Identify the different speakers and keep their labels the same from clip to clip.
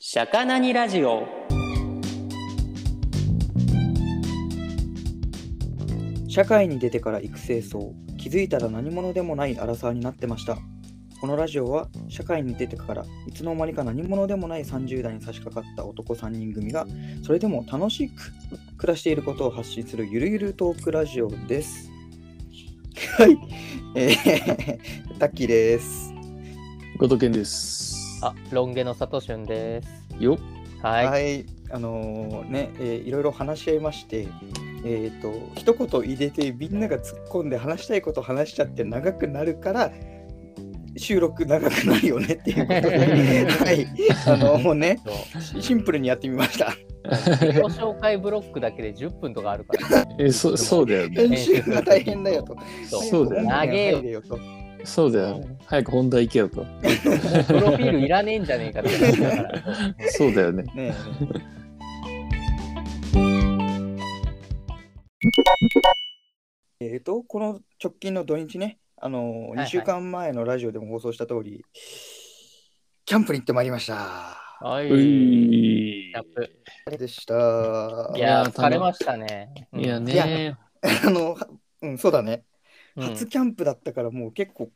Speaker 1: シャカナニラジオ
Speaker 2: 社会に出てから育成層気づいたら何者でもないアラサーになってましたこのラジオは社会に出てからいつの間にか何者でもない30代に差し掛かった男3人組がそれでも楽しく暮らしていることを発信するゆるゆるトークラジオですはいえー、タッキーです
Speaker 3: ごとけんです。
Speaker 1: あ、ロン毛のサトシュンです。
Speaker 3: よっ。。
Speaker 1: は。
Speaker 2: はいい、あのーね、えーいろいろ話し合いましてえー、と一言入れてみんなが突っ込んで話したいこと話しちゃって長くなるから収録長くなるよねっていうこと で、はい、あのもうね
Speaker 1: そう
Speaker 2: シンプルにやってみました。
Speaker 1: 自己紹介ブロックだけで10分とかあるから、ね
Speaker 3: え、そ、そうだよね。
Speaker 2: 編集が大変だよと。
Speaker 1: そう
Speaker 3: そうだ
Speaker 2: 早く音
Speaker 3: よね
Speaker 2: 楽に
Speaker 1: 長えよ
Speaker 2: 入れよと。
Speaker 3: そうだよね。早く本題行けよと。
Speaker 1: プロフィールいらねえんじゃねえかって感じだから。
Speaker 3: そうだよね。
Speaker 2: ね ええーと、この直近の土日ね、あの
Speaker 1: はいは
Speaker 2: 2
Speaker 1: い
Speaker 2: 週間前のラジオでも放送した通り、キャンプに行ってまいりました。
Speaker 1: は
Speaker 3: う
Speaker 1: い。い
Speaker 3: い。
Speaker 1: ャップ
Speaker 2: あれでした。いや、
Speaker 1: や
Speaker 3: いや
Speaker 1: ー、疲れましたね。
Speaker 3: いや
Speaker 2: い
Speaker 3: ね
Speaker 2: や。あの、はうん、そうだね。
Speaker 1: うん
Speaker 2: 初キャンプだったから、もう結構、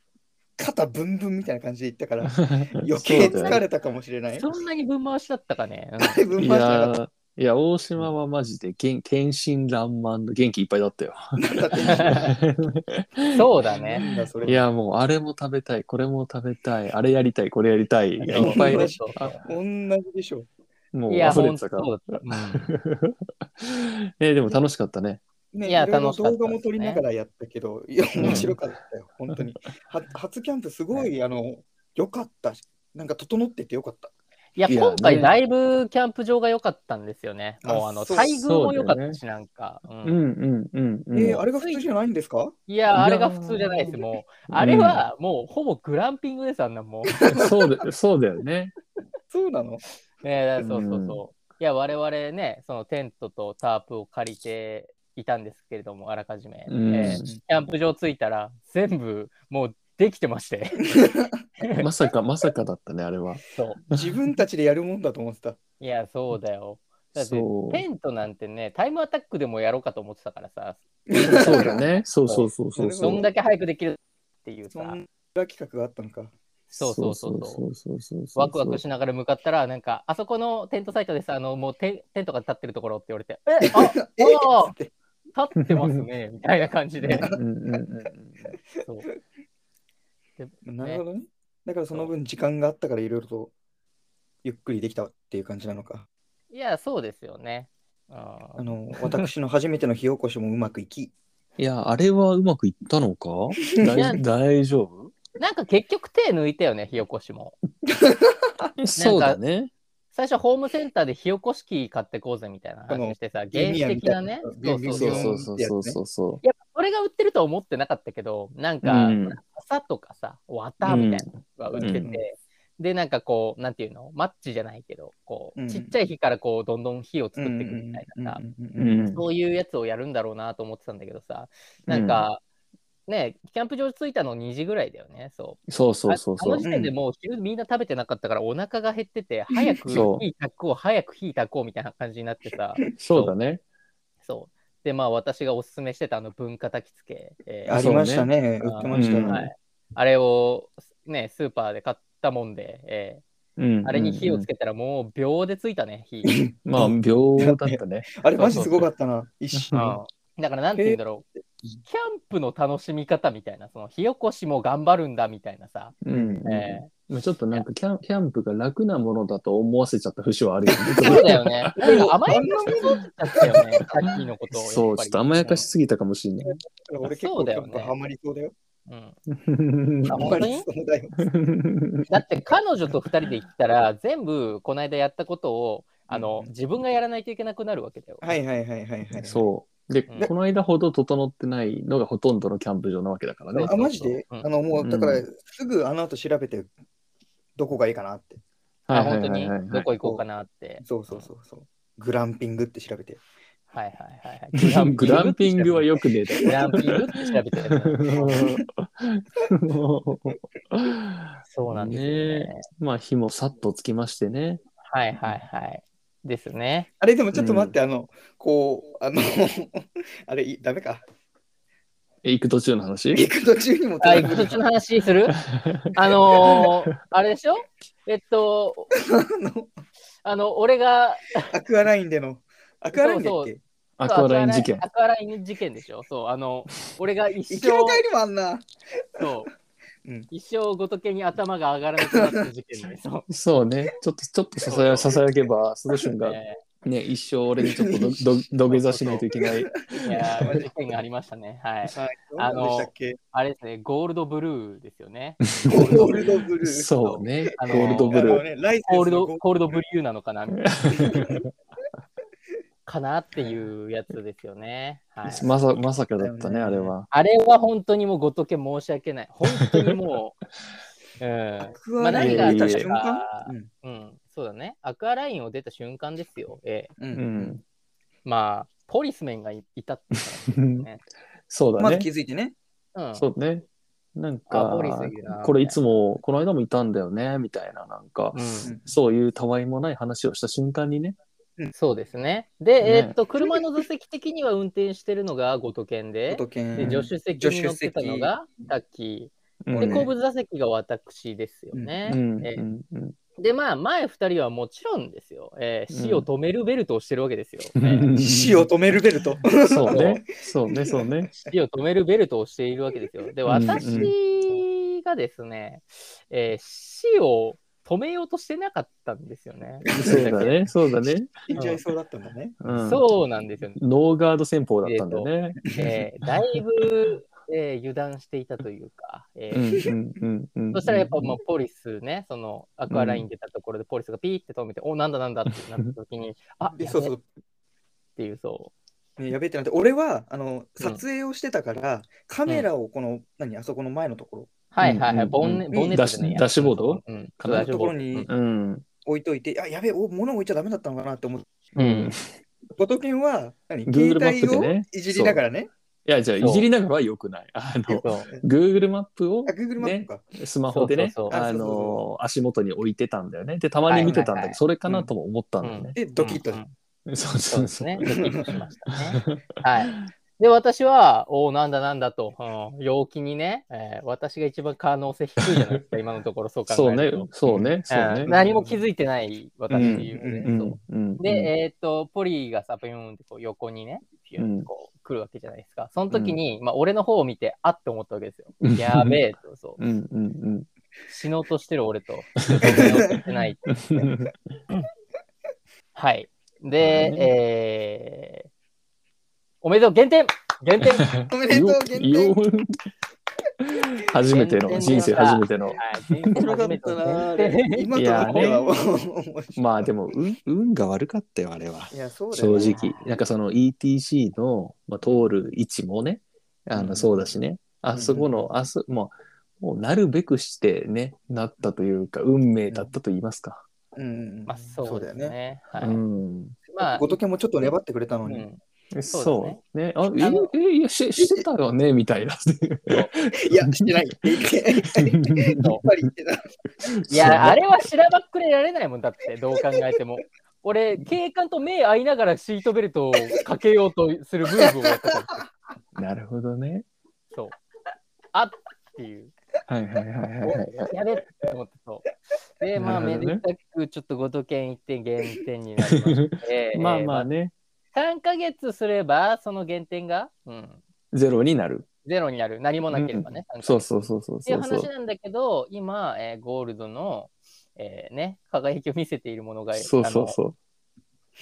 Speaker 2: 肩ブンブンみたいな感じで行ったから、余
Speaker 3: 余
Speaker 2: 計疲れたかもしれない。
Speaker 1: そんなに分回しだったかね。うん
Speaker 2: だいぶ回し
Speaker 3: い
Speaker 2: てなかっ
Speaker 3: や、いや、大島はマジで、けん、天真爛漫の元気いっぱいだったよ。
Speaker 2: た。だって
Speaker 1: そうだね。
Speaker 2: なんだそれ
Speaker 3: いや、もう、あれも食べたい、これも食べたい、あれやりたい、これやりたい。いやいっぱいね。
Speaker 1: そうそうそう
Speaker 3: あ
Speaker 2: 同じでしょ。
Speaker 3: もう
Speaker 1: いや、
Speaker 3: 忘れ
Speaker 1: 本
Speaker 3: てた
Speaker 1: 当そ
Speaker 3: から。
Speaker 1: うだった。 うん
Speaker 3: え、でも楽しかったね。
Speaker 2: ね、
Speaker 1: いや
Speaker 2: いろいろ
Speaker 1: 楽しかったですね
Speaker 2: 動画も撮りながらやったけど、いや、面白かったよ、 本当に。は初キャンプ、すごい、あの、良かったし。なんか整っててよかった。
Speaker 1: いや、
Speaker 3: いや
Speaker 1: 今回
Speaker 3: ね
Speaker 1: だいぶキャンプ場が良かったんですよね。もう
Speaker 2: あ
Speaker 1: あの、
Speaker 2: そう
Speaker 1: 待遇も良かったし、なんか。う
Speaker 3: うんん、うん、うん、うん。
Speaker 2: えーあれが普通じゃないんですか
Speaker 1: いや、あれが普通じゃないです。もう、あれはもうほぼグランピングです、あんなもん。ね
Speaker 3: そうだ、そうだよね。
Speaker 2: そうなの
Speaker 1: え、そうそうそう。いや、我々ね、そのテントとタープを借りていたんですけれども、あらかじめ。
Speaker 3: うん
Speaker 1: ええキャンプ場着いたら、全部もうできてまして。
Speaker 3: まさか、まさかだったね、あれは。
Speaker 1: そう。
Speaker 2: 自分たちでやるもんだと思ってた。
Speaker 1: いや、そうだよ。だって
Speaker 3: そう
Speaker 1: テントなんてね、タイムアタックでもやろうかと思ってたからさ、
Speaker 3: そうだね。 そうそうそうそう
Speaker 2: そ
Speaker 3: そ
Speaker 1: ど
Speaker 3: う。
Speaker 1: んだけ早くできるっていう
Speaker 2: そ
Speaker 1: さ。
Speaker 2: んな企画があったのか。
Speaker 1: そうそうそうそう
Speaker 3: そうそうそうそう。
Speaker 1: ワクワクしながら向かったら、なんか、あそこのテントサイトです、あの、もうテテントが立ってるところって言われて、え、あ、
Speaker 2: え
Speaker 1: あ
Speaker 2: っつって
Speaker 1: 立ってますね、みたいな感じで。
Speaker 3: うんうんうん
Speaker 1: そう
Speaker 2: なるほどね。だからその分時間があったからいろいろとゆっくりできたっていう感じなのか。
Speaker 1: いや、そうですよね。うん
Speaker 2: あの、私の初めての火起こしもうまくいき。
Speaker 3: いや、あれはうまくいったの か
Speaker 1: や
Speaker 3: 大大丈夫
Speaker 1: なんか結局手抜いたよね、火起こしも。
Speaker 3: そうだね。
Speaker 1: 最初、ホームセンターで火起こし器買ってこうぜみたいな話してさ、原始的なね。そ
Speaker 2: ゲ
Speaker 1: う
Speaker 2: ーム
Speaker 1: そ
Speaker 2: や
Speaker 1: う
Speaker 2: みた
Speaker 1: そう
Speaker 2: い
Speaker 3: そ
Speaker 2: な
Speaker 3: うそうそうそうそうそ
Speaker 1: やっぱそれが売ってるとは思ってなかったけど、なん
Speaker 3: う。う
Speaker 1: か、
Speaker 3: ん。
Speaker 1: 朝とかさ、綿みたいなのが売ってて、
Speaker 3: うん
Speaker 1: で、なんかこう、なんていうの、マッチじゃないけど、こう、
Speaker 2: うん
Speaker 1: ちっちゃい火からこう、どんどん火を作っていくみたいなさ、
Speaker 3: う
Speaker 2: うん
Speaker 3: ん。
Speaker 1: そういうやつをやるんだろうなと思ってたんだけどさ、なんか、ね、キャンプ場着いたの2時ぐらいだよね、そう。
Speaker 3: そうそうそうそ
Speaker 1: ああ
Speaker 3: う
Speaker 1: の時。点でもう昼みんな食べてなかったから、お腹が減ってて、早く
Speaker 3: そう
Speaker 1: 火炊こう、早く火炊こうみたいな感じになっ てさ、
Speaker 3: そうだね。
Speaker 1: そう。で、まあ、私がおすすめしてたあの文化焚き付け、えー
Speaker 2: ありましたね。売ってました
Speaker 3: うん
Speaker 1: は
Speaker 2: ね。
Speaker 1: い、あれを、ね、スーパーで買ったもんで、え
Speaker 3: うん
Speaker 1: ーあれに火をつ
Speaker 3: け
Speaker 1: けたらもう秒でついたね、 火。
Speaker 3: まあ、秒だった ね。
Speaker 2: あれマジすごかったな。一
Speaker 1: う
Speaker 2: 瞬。
Speaker 1: んだからなんて言うんだろう、キャンプの楽しみ方みたいな、その火起こしも頑張るんだみたいなさ、
Speaker 3: うん。
Speaker 1: え
Speaker 3: まあちょっとなんかキャン、キャンプが楽なものだと思わせちゃった節はあるよ
Speaker 1: ーそう
Speaker 3: ね。
Speaker 1: だよね。俺も甘やかしすぎちゃったよね、さっきのことを。
Speaker 3: そう、ちょっと甘やかしすぎたかもしれない。
Speaker 2: 俺結
Speaker 1: そう
Speaker 2: 構
Speaker 1: だ
Speaker 2: キ
Speaker 1: よ
Speaker 2: ャ
Speaker 1: ね
Speaker 2: ンプハマりそうだよ。
Speaker 1: うんあ
Speaker 2: ハマ
Speaker 1: 本当
Speaker 2: り
Speaker 1: に
Speaker 2: そうだよ。
Speaker 1: だって彼女と2人で行ったら、全部この間やったことをあの自分がやらないといけなくなるわけだよ。
Speaker 2: はいはいはいはいはい。
Speaker 3: そう。で、
Speaker 1: うん
Speaker 3: この間ほど整ってないのがほとんどのキャンプ場なわけだからね。
Speaker 2: あ、マジで
Speaker 1: うん
Speaker 2: あの、もうだから
Speaker 3: う
Speaker 2: すぐあの後調べてどこがいいかなって。
Speaker 1: あ
Speaker 3: はいはい
Speaker 1: 本当
Speaker 3: はい
Speaker 1: に
Speaker 3: はい
Speaker 1: どこ行こうかなって。
Speaker 2: そうそうそうそう。グランピングって調べて。
Speaker 1: はいはいはいはい。
Speaker 3: グランピングはよくねえだ
Speaker 1: グランピングって調べてる。
Speaker 3: ろ。
Speaker 1: そうなんですよね。
Speaker 3: ねえまあ、火もさっとつきましてね。
Speaker 1: はいはいはい。ですね。
Speaker 2: あれでもちょっと待って、あの、こう、あの、 あれ、いダメか。
Speaker 3: え行く途中の話
Speaker 2: 行く途中にも
Speaker 1: あ、
Speaker 2: トラ
Speaker 1: 行
Speaker 2: ブ
Speaker 1: く
Speaker 2: ル
Speaker 1: 途中の話するあのー、あれでしょえっと、
Speaker 2: の
Speaker 1: あの、俺が、
Speaker 2: アクアラインでの。アクアラインだっ
Speaker 1: そうそう
Speaker 2: け
Speaker 3: アクアライン事件。
Speaker 1: アクアライン事件でしょそう、あの、俺が一
Speaker 2: 行き
Speaker 1: 生
Speaker 2: の、帰りもあんな。
Speaker 1: そ
Speaker 2: う
Speaker 1: う、
Speaker 2: ん
Speaker 1: 一生ごとけに頭が上がらなくなった事 件でしょ
Speaker 3: そうね。ちょっと、ちょっとささや、ささやけば、その瞬が、
Speaker 1: え
Speaker 3: ね、一生俺にちょっとど、ど、土下座しないといけない。
Speaker 1: ーいやー、事件がありましたね。はい。
Speaker 2: はい。どう
Speaker 1: あ
Speaker 2: な
Speaker 1: の
Speaker 2: んでしたっけ
Speaker 1: あれですね、ゴールドブルーですよね。
Speaker 2: ゴールドブルー。
Speaker 3: そうね。
Speaker 1: あの
Speaker 3: ゴールドブ
Speaker 2: あ
Speaker 3: ルー
Speaker 2: の。ね、ライセンス
Speaker 1: ゴールド、
Speaker 2: の
Speaker 1: ゴールドブリューなのかなみたいな。かなっていうやつですよね。はい。
Speaker 3: まさまさかだったね、あれは。
Speaker 1: あれは本当にもうごとけ申し訳ない。本当にも う、うん
Speaker 2: ア。クアライン
Speaker 1: まあ
Speaker 2: が
Speaker 1: 何
Speaker 2: 出
Speaker 1: が
Speaker 2: た
Speaker 1: あった
Speaker 2: 瞬間
Speaker 1: かうん、そうだね。アクアラインを出た瞬間ですよ。ええ
Speaker 2: う。
Speaker 3: うんん。
Speaker 1: まあ、ポリスメンがいいたってね
Speaker 3: そうだ
Speaker 2: まず
Speaker 3: ね。
Speaker 2: 気づいてね。
Speaker 1: うん。
Speaker 3: そうね。なん
Speaker 1: あ
Speaker 3: か
Speaker 1: ポリスいいな、
Speaker 3: これいつも、この間もいたんだよね、みたいな、なんか、
Speaker 1: うん
Speaker 3: そういうたわいもない話をした瞬間にね、
Speaker 1: そうですね。で、
Speaker 3: ね
Speaker 1: えーっと、車の座席的には運転してるのがごとけんで、
Speaker 2: 音犬
Speaker 1: で、
Speaker 3: うん
Speaker 1: 助手席に乗ってたのがタッキ
Speaker 3: う
Speaker 1: ー。
Speaker 3: ん
Speaker 1: で、後部座席が私ですよね。
Speaker 3: うん
Speaker 1: え
Speaker 3: うんうん
Speaker 1: で、まあ、前二人はもちろんですよ、えー
Speaker 3: うん
Speaker 1: 死を止めるベルトをしてるわけですよ。
Speaker 3: う
Speaker 1: えー
Speaker 3: ん
Speaker 2: 死を止めるベル ト。
Speaker 3: そうね、そうね、そうね。
Speaker 1: 死を止めるベルトをしているわけですよ。で、
Speaker 3: うんうん
Speaker 1: 私がですね、えー死を止めようとしてなかったんですよね。
Speaker 3: そうだね、そうだね。
Speaker 2: 死んじゃいそうだったんだね。
Speaker 3: うん
Speaker 1: そうなんですよね。
Speaker 3: ノーガード戦法だったんだよね。
Speaker 1: えーだいぶ、えー油断していたというか、えー
Speaker 3: うんうんうんうん
Speaker 1: そしたらやっぱもうポリスね、そのアクアライン出たところでポリスがピーって止めて、お、なんだなんだってなった 時に、あ、
Speaker 2: で
Speaker 1: や
Speaker 2: そう
Speaker 1: べ
Speaker 2: そ
Speaker 1: っ
Speaker 2: う。
Speaker 1: ていう、そ
Speaker 2: ねやべえってなって、俺はあの撮影をしてたから、カメラをこの、何、あそこの前のところ、
Speaker 1: う。はいはいはい、
Speaker 3: うん
Speaker 1: ボンネ
Speaker 2: うん
Speaker 1: ボンネットじゃないや
Speaker 3: ダッシュダッシュボード
Speaker 1: うん、
Speaker 3: か
Speaker 1: ダ
Speaker 3: な
Speaker 1: ッシュ
Speaker 2: と
Speaker 1: ボ
Speaker 2: こ
Speaker 1: ード
Speaker 2: ろに
Speaker 3: うん
Speaker 2: 置いといて、あ、やべえ、お物置いちゃダメだったのかなって思って、
Speaker 3: うん。い
Speaker 2: ごとけんは、何、携
Speaker 3: Google マップで
Speaker 2: 帯
Speaker 3: ね
Speaker 2: をいじりながらね、
Speaker 3: や、じゃあ、いじりながらは良くない。あの、
Speaker 1: そう
Speaker 3: Google マップ を
Speaker 2: あ、Google マップか。
Speaker 3: スマホでね
Speaker 1: そう、そう
Speaker 2: そう
Speaker 3: あの、足元に置いてたんだよね。で、たまに見てたんだ
Speaker 1: はいはい
Speaker 3: け
Speaker 1: はい
Speaker 3: ど、それかなとも思ったんだよね。
Speaker 2: で、ドキッと
Speaker 1: うんうん
Speaker 3: そう
Speaker 1: そう
Speaker 3: そう
Speaker 1: です
Speaker 3: そう。
Speaker 1: ね。ドキッとしましたね。はい。で、私は、おお、なんだなんだと、うん、陽気にね、えー私が一番可能性低いじゃない ですか、今のところ、そう考
Speaker 3: そう
Speaker 1: え
Speaker 3: ね
Speaker 1: ると。、
Speaker 3: そうね、そう
Speaker 1: う
Speaker 3: ね
Speaker 1: ん。何も気づいてない私っていう
Speaker 2: うん
Speaker 1: ね
Speaker 2: う
Speaker 1: そう
Speaker 3: うん
Speaker 1: で、えーっと、ポリがさ、ビューンってこう横にね、ピューンってこう来るわけじゃないですか。その時に、まあ、俺の方を見て、あって思ったわけですよ。
Speaker 3: うん
Speaker 1: やべえと、そう。
Speaker 3: うんうん
Speaker 1: 死のうとしてる 俺と、死のうとしてない。
Speaker 3: うん。
Speaker 1: はい。
Speaker 3: う
Speaker 1: で、
Speaker 3: ん
Speaker 1: えー、おめでとう、減点減点 は
Speaker 2: おめでとう、 限定。
Speaker 3: 初めての、人生初めての。
Speaker 1: い、人生
Speaker 2: 暗か
Speaker 1: 初
Speaker 2: っ
Speaker 1: めて
Speaker 2: た
Speaker 1: の
Speaker 2: なあ
Speaker 1: 減点
Speaker 2: れ。 今となってはもう
Speaker 3: まあでも、運運が悪かったよ、あれは。
Speaker 2: いや、そうだよ
Speaker 3: 正
Speaker 2: ね
Speaker 3: 直。なんかその ETC の、まあ、通る位置もね、あ
Speaker 2: うん
Speaker 3: のそうだしね、あそこの、あそもう、もうなるべくしてね、なったというか、運命だったと言いますか。
Speaker 2: うん。
Speaker 1: まあ、そうです
Speaker 2: だよね。
Speaker 1: ね。は
Speaker 3: う
Speaker 1: い。
Speaker 3: ん。
Speaker 1: まあ、
Speaker 2: ごとけもちょっと粘ってくれた
Speaker 1: う
Speaker 2: のに。
Speaker 1: ん、
Speaker 3: そうね。あ、
Speaker 1: あの
Speaker 3: え、え、いや、ししてたよね、みたいな。
Speaker 2: いや、して ない。やっぱり言ってない。
Speaker 1: いや、あ
Speaker 3: れ
Speaker 1: れはしらばっくれられないもん だって、どう考えても。俺、警官と目合いながらシートベルトをかけようとするムーブをやってたんですよ。
Speaker 3: なるほどね。
Speaker 1: そう。あっていう。
Speaker 3: はいはいはいはいはい。
Speaker 1: やべって思って そう。で、ま
Speaker 3: な
Speaker 1: あ、
Speaker 3: る
Speaker 1: め
Speaker 3: ほど
Speaker 1: で
Speaker 3: ね
Speaker 1: たくちょっとごとけん1点減点になりま して、
Speaker 3: まあまあね、
Speaker 1: 3ヶ月すれば、その減点が、うん、
Speaker 3: ゼロになる。
Speaker 1: ゼロになる。何もなければね。
Speaker 3: そう
Speaker 1: う。
Speaker 3: そうそうそう
Speaker 1: ってい
Speaker 3: そううそう
Speaker 1: 話。なんだけど、今、えーゴールドの、えーね、輝きを見せているものが、
Speaker 3: そうそうそう。
Speaker 1: あの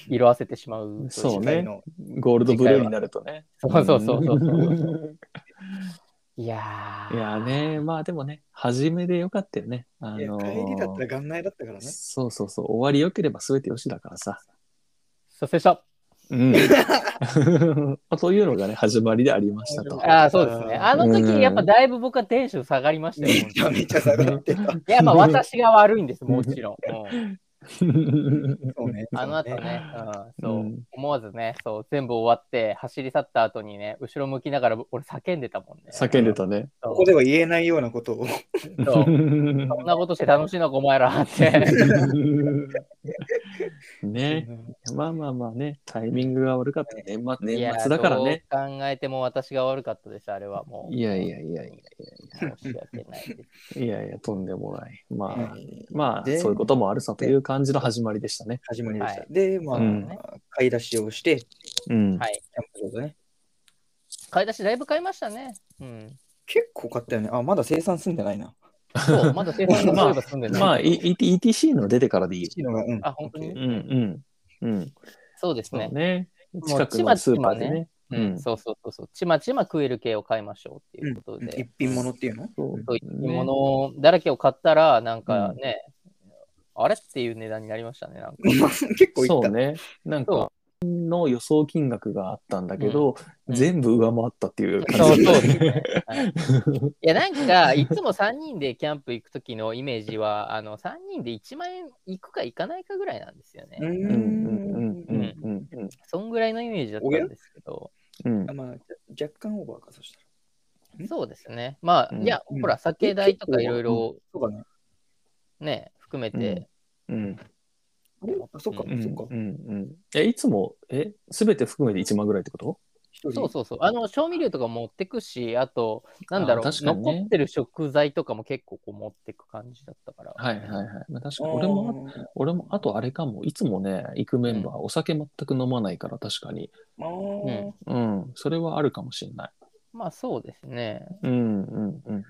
Speaker 1: 色あせてしまう。
Speaker 3: そうね
Speaker 2: 世界の
Speaker 3: ゴールドブルーになるとね。
Speaker 1: そうそうそうそうそう
Speaker 3: うん
Speaker 1: いや
Speaker 3: い
Speaker 1: ー、
Speaker 3: やね、まあでもね、初めでよかったよね。あ
Speaker 2: いや
Speaker 3: の
Speaker 2: 帰
Speaker 3: ー
Speaker 2: りだったら元内だったからね。
Speaker 3: そうそうそう、終わりよければ全てよしだからさ。
Speaker 1: そうでした。
Speaker 3: うん。 というのがね、始まりでありましたと。
Speaker 1: ああ、そうですね。あの
Speaker 3: う
Speaker 1: 時、
Speaker 3: ん
Speaker 1: やっぱだいぶ僕はテンション下がりました よ。
Speaker 2: めちゃめちゃ下がってた。
Speaker 1: いや、まあ私が悪いんです、もちろん。うん
Speaker 2: そうね。
Speaker 1: あの後ね、うん、そう、
Speaker 3: うん
Speaker 1: 思わずね、そう、全部終わって、走り去った後にね、後ろ向きながら俺叫んでたもんね。
Speaker 3: 叫んでたね。
Speaker 1: そう
Speaker 2: ここでは言えないようなことを。
Speaker 1: そうこんなことして楽しいのか、お前らって。
Speaker 3: ね、まあまあまあね、タイミングが悪かったね。まあ、年末だからね。
Speaker 1: いや。どう考えても私が悪かったです、あれはもう。
Speaker 3: いやいやいやいやい
Speaker 1: 申し訳ないです。
Speaker 3: やいやいや、とんでもない。まあ、
Speaker 2: はい
Speaker 3: まあ、
Speaker 2: で
Speaker 3: そういうこともあるさという感じの始まりでしたね。
Speaker 2: 始まりました。
Speaker 1: は
Speaker 2: で、まあ、
Speaker 3: うん
Speaker 2: 買い出しをして、キ
Speaker 3: うん。
Speaker 1: はい
Speaker 2: ャンプ場でね。
Speaker 1: 買い出しだいぶ買いましたね。 うん。
Speaker 2: 結構買ったよね。あ、まだ生産済んでないな。
Speaker 1: そう、まだ生産がそういえば済んでない。
Speaker 3: まあ、E- E- ETC の出てからでいい。
Speaker 2: いいのが、うん。
Speaker 1: あ本当に
Speaker 3: うんうん。うん。
Speaker 1: そうです
Speaker 3: そう
Speaker 1: ね。
Speaker 3: ね。
Speaker 1: う
Speaker 3: 近くのスーパーでね。う
Speaker 1: うんん、。そうそうそうそう。ちまちま食える系を買いましょうっていうこと
Speaker 2: うん
Speaker 1: で。
Speaker 2: 一品物っていうの
Speaker 3: そう
Speaker 1: そう一品物だらけを買ったら、なんかね、あれっていう値段になりましたね。なんか
Speaker 2: 結構い
Speaker 3: そ
Speaker 2: った。
Speaker 3: うね。なんか、の予想金額があったんだけど、
Speaker 1: うん
Speaker 3: 全部上回ったっていう
Speaker 1: そ
Speaker 3: 感
Speaker 1: う
Speaker 3: じ
Speaker 1: そう
Speaker 3: だ
Speaker 1: です
Speaker 3: ね
Speaker 1: ね。はいい や、なんか、いつも3人でキャンプ行く時のイメージは、あの3人で1万円行くか行かないかぐらいなんですよね。
Speaker 2: うー
Speaker 3: うんうんうん
Speaker 2: ん。
Speaker 3: うんうん
Speaker 1: そんぐらいのイメージだったんですけど、
Speaker 3: うん
Speaker 2: あ。まあ、若干オーバーか、そしたら。おや
Speaker 1: そうですね。まあ、
Speaker 3: うん
Speaker 1: いや、
Speaker 2: うん
Speaker 1: ほら、酒代とかいろいろ
Speaker 2: そうかね。
Speaker 1: ね、含めて、
Speaker 3: うん
Speaker 2: あれあ、そうか、
Speaker 3: うん
Speaker 2: そう
Speaker 3: う
Speaker 2: か。
Speaker 3: んうんえいつもえすべて含めて1万ぐらいってこと
Speaker 2: 一人。
Speaker 1: そうそうそう、あの調味料とか持ってくし、あと、なんだろう、
Speaker 3: あ確かにね
Speaker 1: 残ってる食材とかも結構こう持ってく感じだったから。
Speaker 3: はいはいはい、まあ、確か
Speaker 2: あー
Speaker 3: 俺も俺もあとあれかもいつもね行くメンバー
Speaker 1: う
Speaker 3: お酒全く飲まないから確かに
Speaker 2: あー
Speaker 1: うん
Speaker 3: うんそれはあるかもしれない
Speaker 1: まあそうですね。
Speaker 3: うんうんうん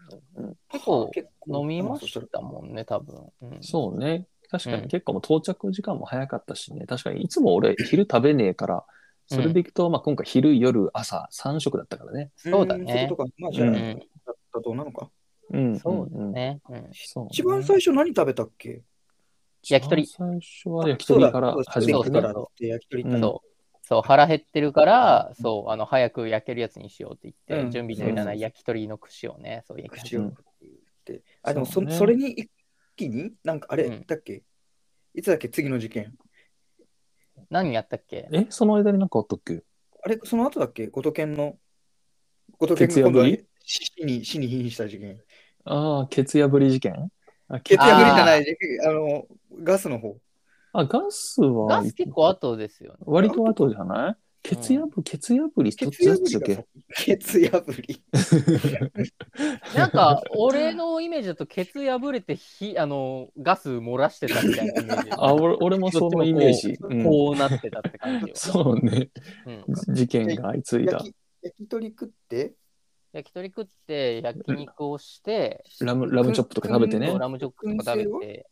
Speaker 1: 結構
Speaker 2: 結構
Speaker 1: 飲みま
Speaker 2: そした
Speaker 1: し
Speaker 2: ら
Speaker 1: たもんね、多分。うん
Speaker 3: そうね確か
Speaker 1: う
Speaker 3: に
Speaker 1: ん
Speaker 3: 結構もう到着時間も早かったしね確かにいつも俺昼食べねえからそれでいくと、まあ今回昼夜朝3食だったからね
Speaker 1: そうだね
Speaker 2: んそういうことか。まあ、じゃあ、
Speaker 3: う
Speaker 1: うんん
Speaker 2: 妥当なのか。
Speaker 3: うん
Speaker 1: そうです
Speaker 3: んん
Speaker 1: ね。うん
Speaker 3: そうね
Speaker 2: 一番最初何食べたっけ
Speaker 1: 焼き鳥
Speaker 3: 一番最初は焼き鳥から始まって
Speaker 1: そ
Speaker 2: てから
Speaker 1: うだそう
Speaker 3: ね
Speaker 1: だ
Speaker 2: って焼き鳥
Speaker 3: うん
Speaker 1: そうそう腹減ってるから、そうあの早く焼けるやつにしようって言って、
Speaker 2: うん
Speaker 1: 準備のいらない焼き鳥の串をね、そう焼き
Speaker 2: 口
Speaker 1: 始
Speaker 2: を
Speaker 1: め
Speaker 2: 食
Speaker 1: る
Speaker 2: って、あでもそ
Speaker 3: そうね
Speaker 2: それに一気になんかあれ
Speaker 1: うん
Speaker 2: だっけ、いつだっけ次の事件
Speaker 1: 何やったっけ
Speaker 3: えその間になんかあったっけ
Speaker 2: あれその後だっけ後藤健の後藤
Speaker 3: 徹
Speaker 2: 健が
Speaker 3: 夜
Speaker 2: 今度
Speaker 3: ぶ
Speaker 2: は
Speaker 3: り
Speaker 2: 死に死に瀕した事件
Speaker 3: ああ、ケツ破り事件あ、
Speaker 2: 血
Speaker 3: ケ
Speaker 2: 液
Speaker 1: あ
Speaker 2: ぶ
Speaker 1: ー
Speaker 2: りじゃないあのガスの方
Speaker 3: あ、ガスは
Speaker 1: ガス結構後ですよね。
Speaker 3: 割と後じゃないケツ破り、ケツ破り一つ
Speaker 2: 血破
Speaker 3: だっ
Speaker 2: り
Speaker 3: け
Speaker 2: が血破り
Speaker 1: なんか、俺のイメージだと、ケツ破れて火、あの、ガス漏らしてたみたいなイメージ。
Speaker 3: あ、俺俺もそのイメージ。
Speaker 1: こ
Speaker 3: う
Speaker 1: う,、
Speaker 3: ん
Speaker 1: こうなってたって感じよ。
Speaker 3: そうね。
Speaker 1: うん
Speaker 3: 事件が相次いだ
Speaker 2: 焼。き焼き鳥食って
Speaker 1: 焼き鳥食って、焼き肉をして、
Speaker 3: ラムラムチョップとか食べて
Speaker 2: う
Speaker 3: ね
Speaker 1: そう。ラムチョップとか食べて、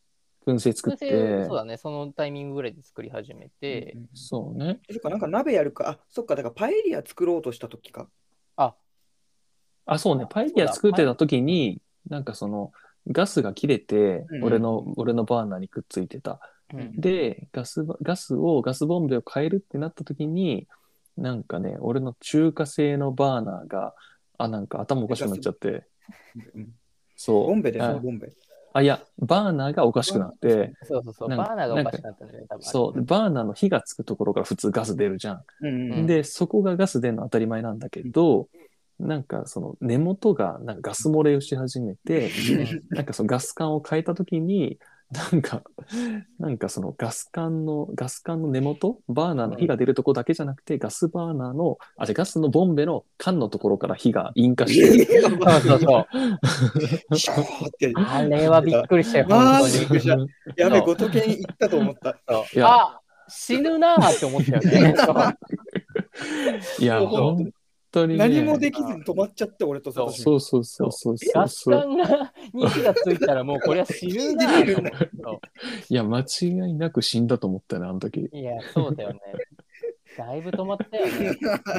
Speaker 3: 燻製作っ
Speaker 1: 燻製
Speaker 3: て
Speaker 1: そう。だね、そのタイミングぐらいで作り始めて、
Speaker 2: うん
Speaker 3: そうね。
Speaker 2: そっかなんか鍋やるかあそっかだからパエリア作ろうとした時か
Speaker 1: あ、
Speaker 3: あ、そうね。パエリア作ってた時に、なんかその、ガスが切れて
Speaker 2: う、ん
Speaker 3: 俺の、俺のバーナーにくっついてた。
Speaker 1: うん
Speaker 3: でガスばガスをガスボンベを変えるってなった時になんかね俺の中華製のバーナーがあなんか頭おかしくなっちゃって
Speaker 2: うん
Speaker 3: そう
Speaker 2: ボンベでし
Speaker 3: あ
Speaker 2: ょボンベ
Speaker 3: あいやバーナーがおかしくなって
Speaker 1: そうそうそう、
Speaker 3: なんか
Speaker 1: バーナーがおかしくなったんだよね、多分。
Speaker 3: そうバーナーの火がつくところから普通ガス出るじゃん、
Speaker 2: うん
Speaker 1: うん
Speaker 3: でそこがガス出るの当たり前なんだけどなんかその根元がなんかガス漏れをし始め て
Speaker 1: うん
Speaker 3: なんかそのガス管を変えた時になんかなんかそのガス管のガス管の根元バーナーの火が出るとこだけじゃなくて、ガスバーナーのあじゃガスのボンベの管のところから火が引火して
Speaker 1: そうそうそう。
Speaker 2: シャーって。
Speaker 1: あれはびっくりしたよ、
Speaker 2: マ
Speaker 1: 本
Speaker 2: ジ
Speaker 1: 当に。
Speaker 2: かやべ、ごとけに行ったと思 った。
Speaker 1: そう
Speaker 3: いや
Speaker 1: あ死ぬなーって思ったよね。
Speaker 3: いや
Speaker 2: そう
Speaker 3: 本当に、ね、
Speaker 2: 何もできずに止まっちゃって、俺と
Speaker 1: そう
Speaker 2: さ。
Speaker 3: そうそうそうそうそ
Speaker 1: ガ
Speaker 3: う
Speaker 1: ス
Speaker 3: そう
Speaker 1: 管がに火がついたらもうこれは死ぬなーと思った
Speaker 3: いや間違いなく死んだと思ったよねあの時
Speaker 1: いや、そうだよね。だいぶ止まったよね。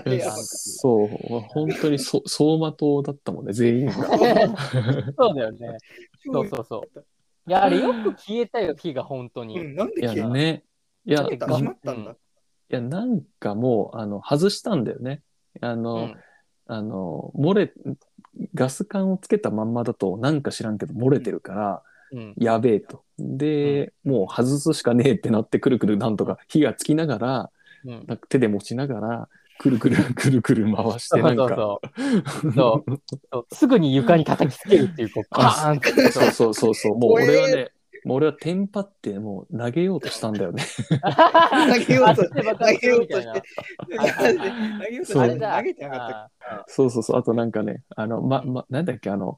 Speaker 2: い
Speaker 1: い
Speaker 2: や
Speaker 1: や
Speaker 3: そう本当にそ 走馬灯だったもんね全員 が
Speaker 1: そうだよね。そうそうそう。いや、あれよく消えたよ、火が本当に。
Speaker 2: うん、なんで
Speaker 3: いや
Speaker 2: 消えた
Speaker 3: ねいや
Speaker 1: ちょっと
Speaker 2: あ
Speaker 1: 頑
Speaker 2: し
Speaker 1: 張
Speaker 2: ま
Speaker 1: っ
Speaker 2: ったんだ。
Speaker 3: いや、なんかもう、あの、外したんだよね。あ
Speaker 1: う
Speaker 3: の、
Speaker 1: ん
Speaker 3: あの、漏れ、ガス管をつけたまんまだと、なんか知らんけど、漏れてるから、
Speaker 1: うん
Speaker 3: やべえと。で、もう外すしかねえってなってくるくるなんとか火がつきながら
Speaker 1: うん
Speaker 3: なんか手で持ちながらくるくる くるくる回し
Speaker 1: そ
Speaker 3: て
Speaker 1: う
Speaker 3: なん
Speaker 1: そう
Speaker 3: か
Speaker 1: そうそう そうすぐに床に叩きつけるっていう、こう、カーンって。
Speaker 3: そうそうそうそうもう俺は
Speaker 2: 怖
Speaker 3: ねもう俺はテンパってもう投げようとしたんだよね。
Speaker 2: 投げようと
Speaker 1: あ手ばっかりするみたいな
Speaker 2: 投げようと
Speaker 3: そう
Speaker 1: あ
Speaker 2: し
Speaker 1: れ
Speaker 2: て
Speaker 1: だ。
Speaker 2: 投げてなかったっ
Speaker 1: あ
Speaker 3: そうそうそうあとなんかねあのままなんだっけあの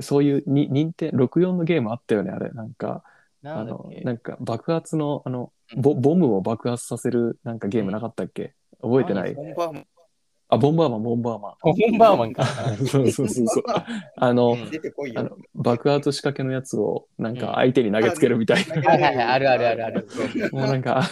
Speaker 3: そういうに任天64のゲームあったよねあれなんか。
Speaker 1: ーな
Speaker 3: あ
Speaker 1: んだっ
Speaker 3: の
Speaker 1: け
Speaker 3: なんか爆発のあの
Speaker 1: うん
Speaker 3: ボボムを爆発させるなんかゲームなかったっけ覚えてな
Speaker 2: け
Speaker 3: い
Speaker 2: ボンバーマ
Speaker 3: あボンバーマンボンバーマン
Speaker 1: ボンバーマン か。
Speaker 3: そうそうそうそうあ
Speaker 1: う
Speaker 3: の
Speaker 1: ん
Speaker 2: ン出てこい
Speaker 3: あ
Speaker 2: よ
Speaker 3: の爆発仕掛けのやつをなん
Speaker 1: う
Speaker 3: か
Speaker 1: ん
Speaker 3: 相手に投げつけるみたい
Speaker 2: 投げ
Speaker 1: は
Speaker 2: ら
Speaker 1: い
Speaker 2: れる
Speaker 1: はいはい、あるあるあるある。
Speaker 3: なもうなんか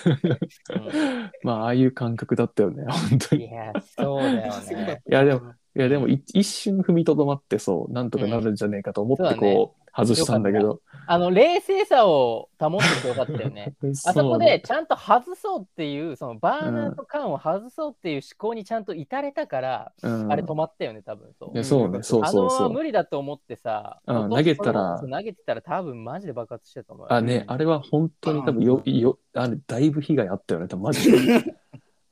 Speaker 3: まあああいう感覚だったよね本当
Speaker 1: い
Speaker 3: にい
Speaker 1: や、そうだよ
Speaker 2: すごかっ
Speaker 1: ね。
Speaker 3: やでもいやでもい一瞬踏みとどまってそうなんとかなるんじゃねえかと思ってこう外したんだけど
Speaker 1: あの、冷静さを保っててよかった よね。あそこ
Speaker 3: うね
Speaker 1: でちゃんと外そうっていう、そのバーナーと缶を外そうっていう思考にちゃんと至れたから、
Speaker 3: うん
Speaker 1: あれ止まったよね、多分そう
Speaker 3: い。やそうねそう
Speaker 1: あ
Speaker 3: そ
Speaker 1: の
Speaker 3: う
Speaker 1: ま
Speaker 3: そ
Speaker 1: ま
Speaker 3: う
Speaker 1: 無理だと思ってさ、
Speaker 3: うん
Speaker 1: 落と
Speaker 3: 投げたら
Speaker 1: そう投げてたら多分マジで爆発してたと思う。
Speaker 3: あね、あれは本当に多分よ、よ、あれ、だいぶ被害あったよね、多分マ ジで。い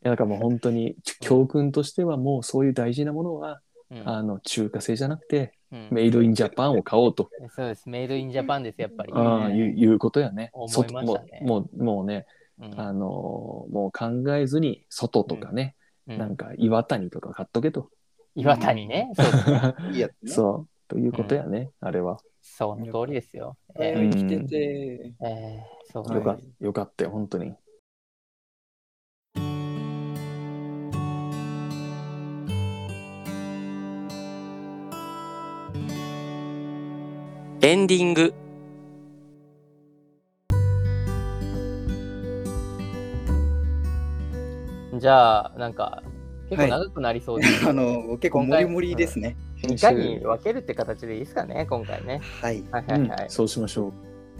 Speaker 3: や、だからもう本当に、ち教訓としてはもうそういう大事なものは、
Speaker 1: うん
Speaker 3: あの、中華製じゃなくて、
Speaker 1: うん
Speaker 3: メイドインジャパンを買おうと、
Speaker 1: そうです、メイドインジャパンです、やっぱり。
Speaker 3: ああいういうことやね。
Speaker 1: 思い
Speaker 3: 外
Speaker 1: ま
Speaker 3: も
Speaker 1: したね
Speaker 3: う、もう、もうね、
Speaker 1: うん
Speaker 3: あのーもう考えずに、外とかね、
Speaker 1: うん
Speaker 3: なんか岩谷とか買っとけと。
Speaker 1: 岩谷ね。そう
Speaker 2: いいやつね
Speaker 3: そう、ということやね、あれは。
Speaker 1: その通りですよ。
Speaker 2: これ
Speaker 1: え
Speaker 2: を生きてて
Speaker 1: ーえーそう
Speaker 3: よか,、
Speaker 2: はい
Speaker 3: よかったよ、本当に。
Speaker 4: エンディング
Speaker 1: じゃあ、なんか、結構長くなりそうで す、
Speaker 2: あの結構モリモリですね
Speaker 1: い、かに分けるって形でいいですかね、今回ね。
Speaker 2: はい
Speaker 1: はいはいはい。
Speaker 3: うん、そうしましょ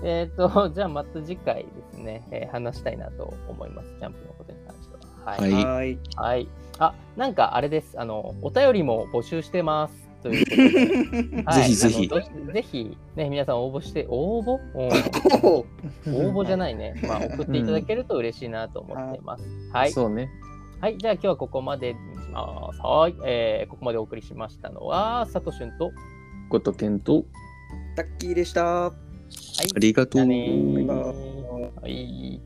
Speaker 1: えっ、と、 じゃあまた次回ですね、えー話したいなと思います、キャンプのことに関しては。はい。
Speaker 3: は
Speaker 1: はいい。
Speaker 2: はい
Speaker 1: あ、なんかあれです、あの、お便りも募集してます。ということでは
Speaker 3: ぜ
Speaker 1: い
Speaker 3: ひぜひ
Speaker 1: あのどしぜひ、ね、皆さん応募して、応募、うん
Speaker 2: おー
Speaker 1: 応募じゃないね。まあ、送っていただけると嬉しいなと思っています。
Speaker 3: う。
Speaker 1: はい。
Speaker 3: そうね。
Speaker 1: はい。じゃあ今日はここまでにします。はい。えーここまでお送りしましたのは、さとしゅんと。は
Speaker 3: ことけんと、
Speaker 2: タッキーでした
Speaker 1: い。
Speaker 3: ありがと
Speaker 1: じゃあ
Speaker 3: う。
Speaker 1: ねー
Speaker 2: バイバ
Speaker 1: はい。